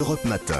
Europe Matin.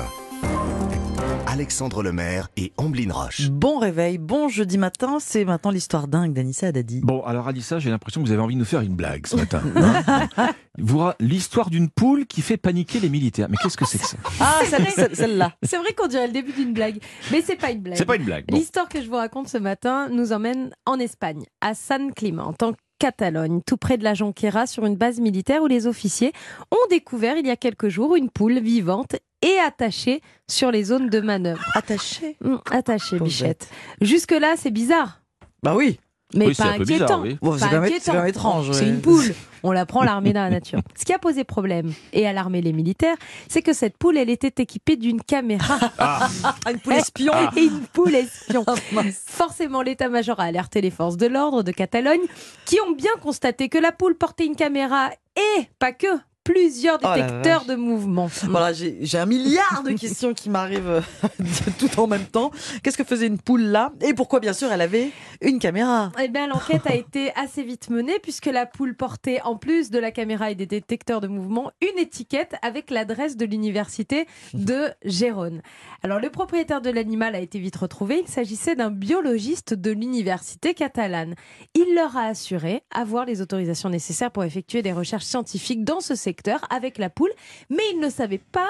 Alexandre Lemaire et Amblin Roche. Bon réveil, bon jeudi matin, c'est maintenant l'histoire dingue d'Anissa Haddadi. Bon, alors Alissa, j'ai l'impression que vous avez envie de nous faire une blague ce matin. hein Vous ra- L'histoire d'une poule qui fait paniquer les militaires. Mais qu'est-ce que c'est que ça Ah, celle- celle- celle-là. C'est vrai qu'on dirait le début d'une blague, mais c'est pas une blague. C'est pas une blague. Bon. L'histoire que je vous raconte ce matin nous emmène en Espagne, à San Clement, en Catalogne, tout près de la Jonquera, sur une base militaire où les officiers ont découvert il y a quelques jours une poule vivante et attachée sur les zones de manœuvre. Attachée. Hum, attachée, Pauvre bichette. Jusque-là, c'est bizarre, Bah oui. mais Oui, c'est pas un peu bizarre, inquiétant. oui. Bon, Oh, c'est Pas quand même- c'est inquiétant. quand même étrange. C'est ouais. une poule. On la prend à l'armée de la nature. Ce qui a posé problème, et à l'armée les militaires, c'est que cette poule, elle était équipée d'une caméra. Ah, Ah, une poule espion. Et une poule espion. Ah, mince. Forcément, l'état-major a alerté les forces de l'ordre de Catalogne qui ont bien constaté que la poule portait une caméra et, pas que, plusieurs Oh la détecteurs de mouvement. Voilà, j'ai j'ai un milliard de questions qui m'arrivent euh, tout en même temps. Qu'est-ce que faisait une poule là Et pourquoi, bien sûr, elle avait une caméra Eh bien, l'enquête a été assez vite menée puisque la poule portait, en plus de la caméra et des détecteurs de mouvement, une étiquette avec l'adresse de l'université de Gérone. Alors, le propriétaire de l'animal a été vite retrouvé. Il s'agissait d'un biologiste de l'université catalane. Il leur a assuré avoir les autorisations nécessaires pour effectuer des recherches scientifiques dans ce secteur avec la poule, mais il ne savait pas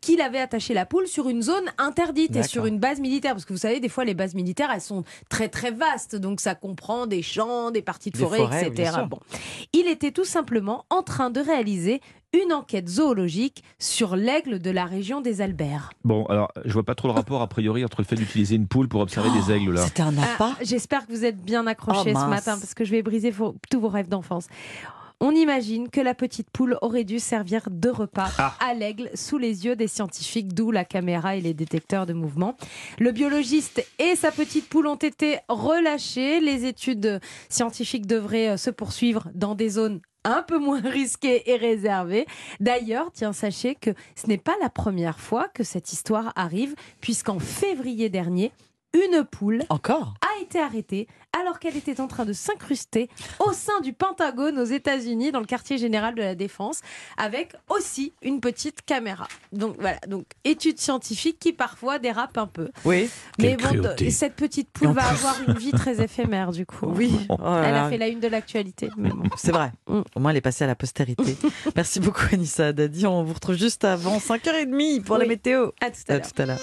qu'il avait attaché la poule sur une zone interdite et D'accord. sur une base militaire. Parce que vous savez, des fois, les bases militaires, elles sont très très vastes, donc ça comprend des champs, des parties de Des forêt, forêts, oui, bien etc. sûr. Bon. Il était tout simplement en train de réaliser une enquête zoologique sur l'aigle de la région des Alberts. bon, alors je vois pas trop le rapport a priori entre le fait d'utiliser une poule pour observer Oh. des aigles là. C'était un appât Ah, J'espère que vous êtes bien accrochés Oh, ce mince. matin parce que je vais briser vos- tous vos rêves d'enfance. On imagine que la petite poule aurait dû servir de repas à l'aigle sous les yeux des scientifiques, d'où la caméra et les détecteurs de mouvement. Le biologiste et sa petite poule ont été relâchés. Les études scientifiques devraient euh, se poursuivre dans des zones un peu moins risquées et réservées. D'ailleurs, tiens, sachez que ce n'est pas la première fois que cette histoire arrive, puisqu'en février dernier, une poule Ah. Encore a été arrêtée alors qu'elle était en train de s'incruster au sein du Pentagone aux États-Unis dans le quartier général de la Défense avec aussi une petite caméra. Donc voilà, donc études scientifiques qui parfois dérapent un peu. Oui. Quelle Mais bon, cruauté. de- cette petite poule Et en va plus- avoir une vie très éphémère du coup. Oui. Oh là Elle là. a fait la une de l'actualité. mais bon. C'est vrai. Mm. Au moins, elle est passée à la postérité. Merci beaucoup, Anissa Dadi. On vous retrouve juste avant 5h30 pour la Oui. météo. À tout à À l'heure. tout à l'heure.